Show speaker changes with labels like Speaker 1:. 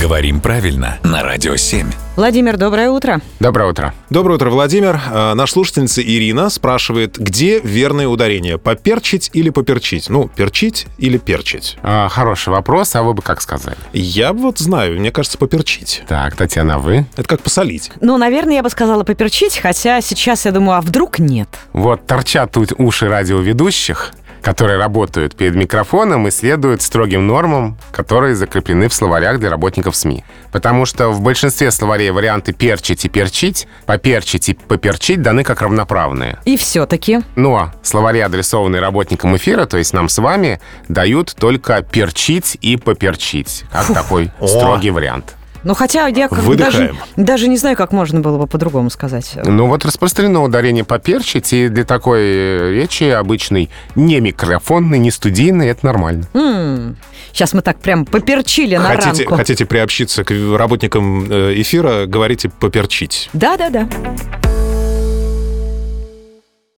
Speaker 1: Говорим правильно на Радио 7.
Speaker 2: Владимир, доброе утро.
Speaker 3: Доброе утро.
Speaker 4: Доброе утро, Владимир. Э, Наша слушательница Ирина спрашивает, где верное ударение? Поперчить или поперчить? Ну, перчить или перчить?
Speaker 3: А, хороший вопрос, а вы бы как сказали?
Speaker 4: Я вот знаю, мне кажется, поперчить.
Speaker 3: Так, Татьяна, вы?
Speaker 4: Это как посолить.
Speaker 2: Ну, наверное, я бы сказала поперчить, хотя сейчас я думаю, а вдруг нет?
Speaker 3: Вот торчат тут уши радиоведущих, которые работают перед микрофоном и следуют строгим нормам, которые закреплены в словарях для работников СМИ. Потому что в большинстве словарей варианты «перчить» и «перчить», «поперчить» и «поперчить» даны как равноправные.
Speaker 2: И все-таки.
Speaker 3: Но словари, адресованные работникам эфира, то есть нам с вами, дают только «перчить» и «поперчить», как такой
Speaker 4: О.
Speaker 3: строгий вариант.
Speaker 2: Ну, хотя я как бы даже,
Speaker 4: Выдыхаем.
Speaker 2: даже не знаю, как можно было бы по-другому сказать.
Speaker 3: Ну вот распространено ударение поперчить, и для такой э, речи обычный не микрофонный, не студийный, это нормально.
Speaker 2: Сейчас мы так прям поперчили на
Speaker 4: Хотите,
Speaker 2: ранку.
Speaker 4: хотите приобщиться к работникам э, эфира, говорите поперчить.
Speaker 2: Да-да-да.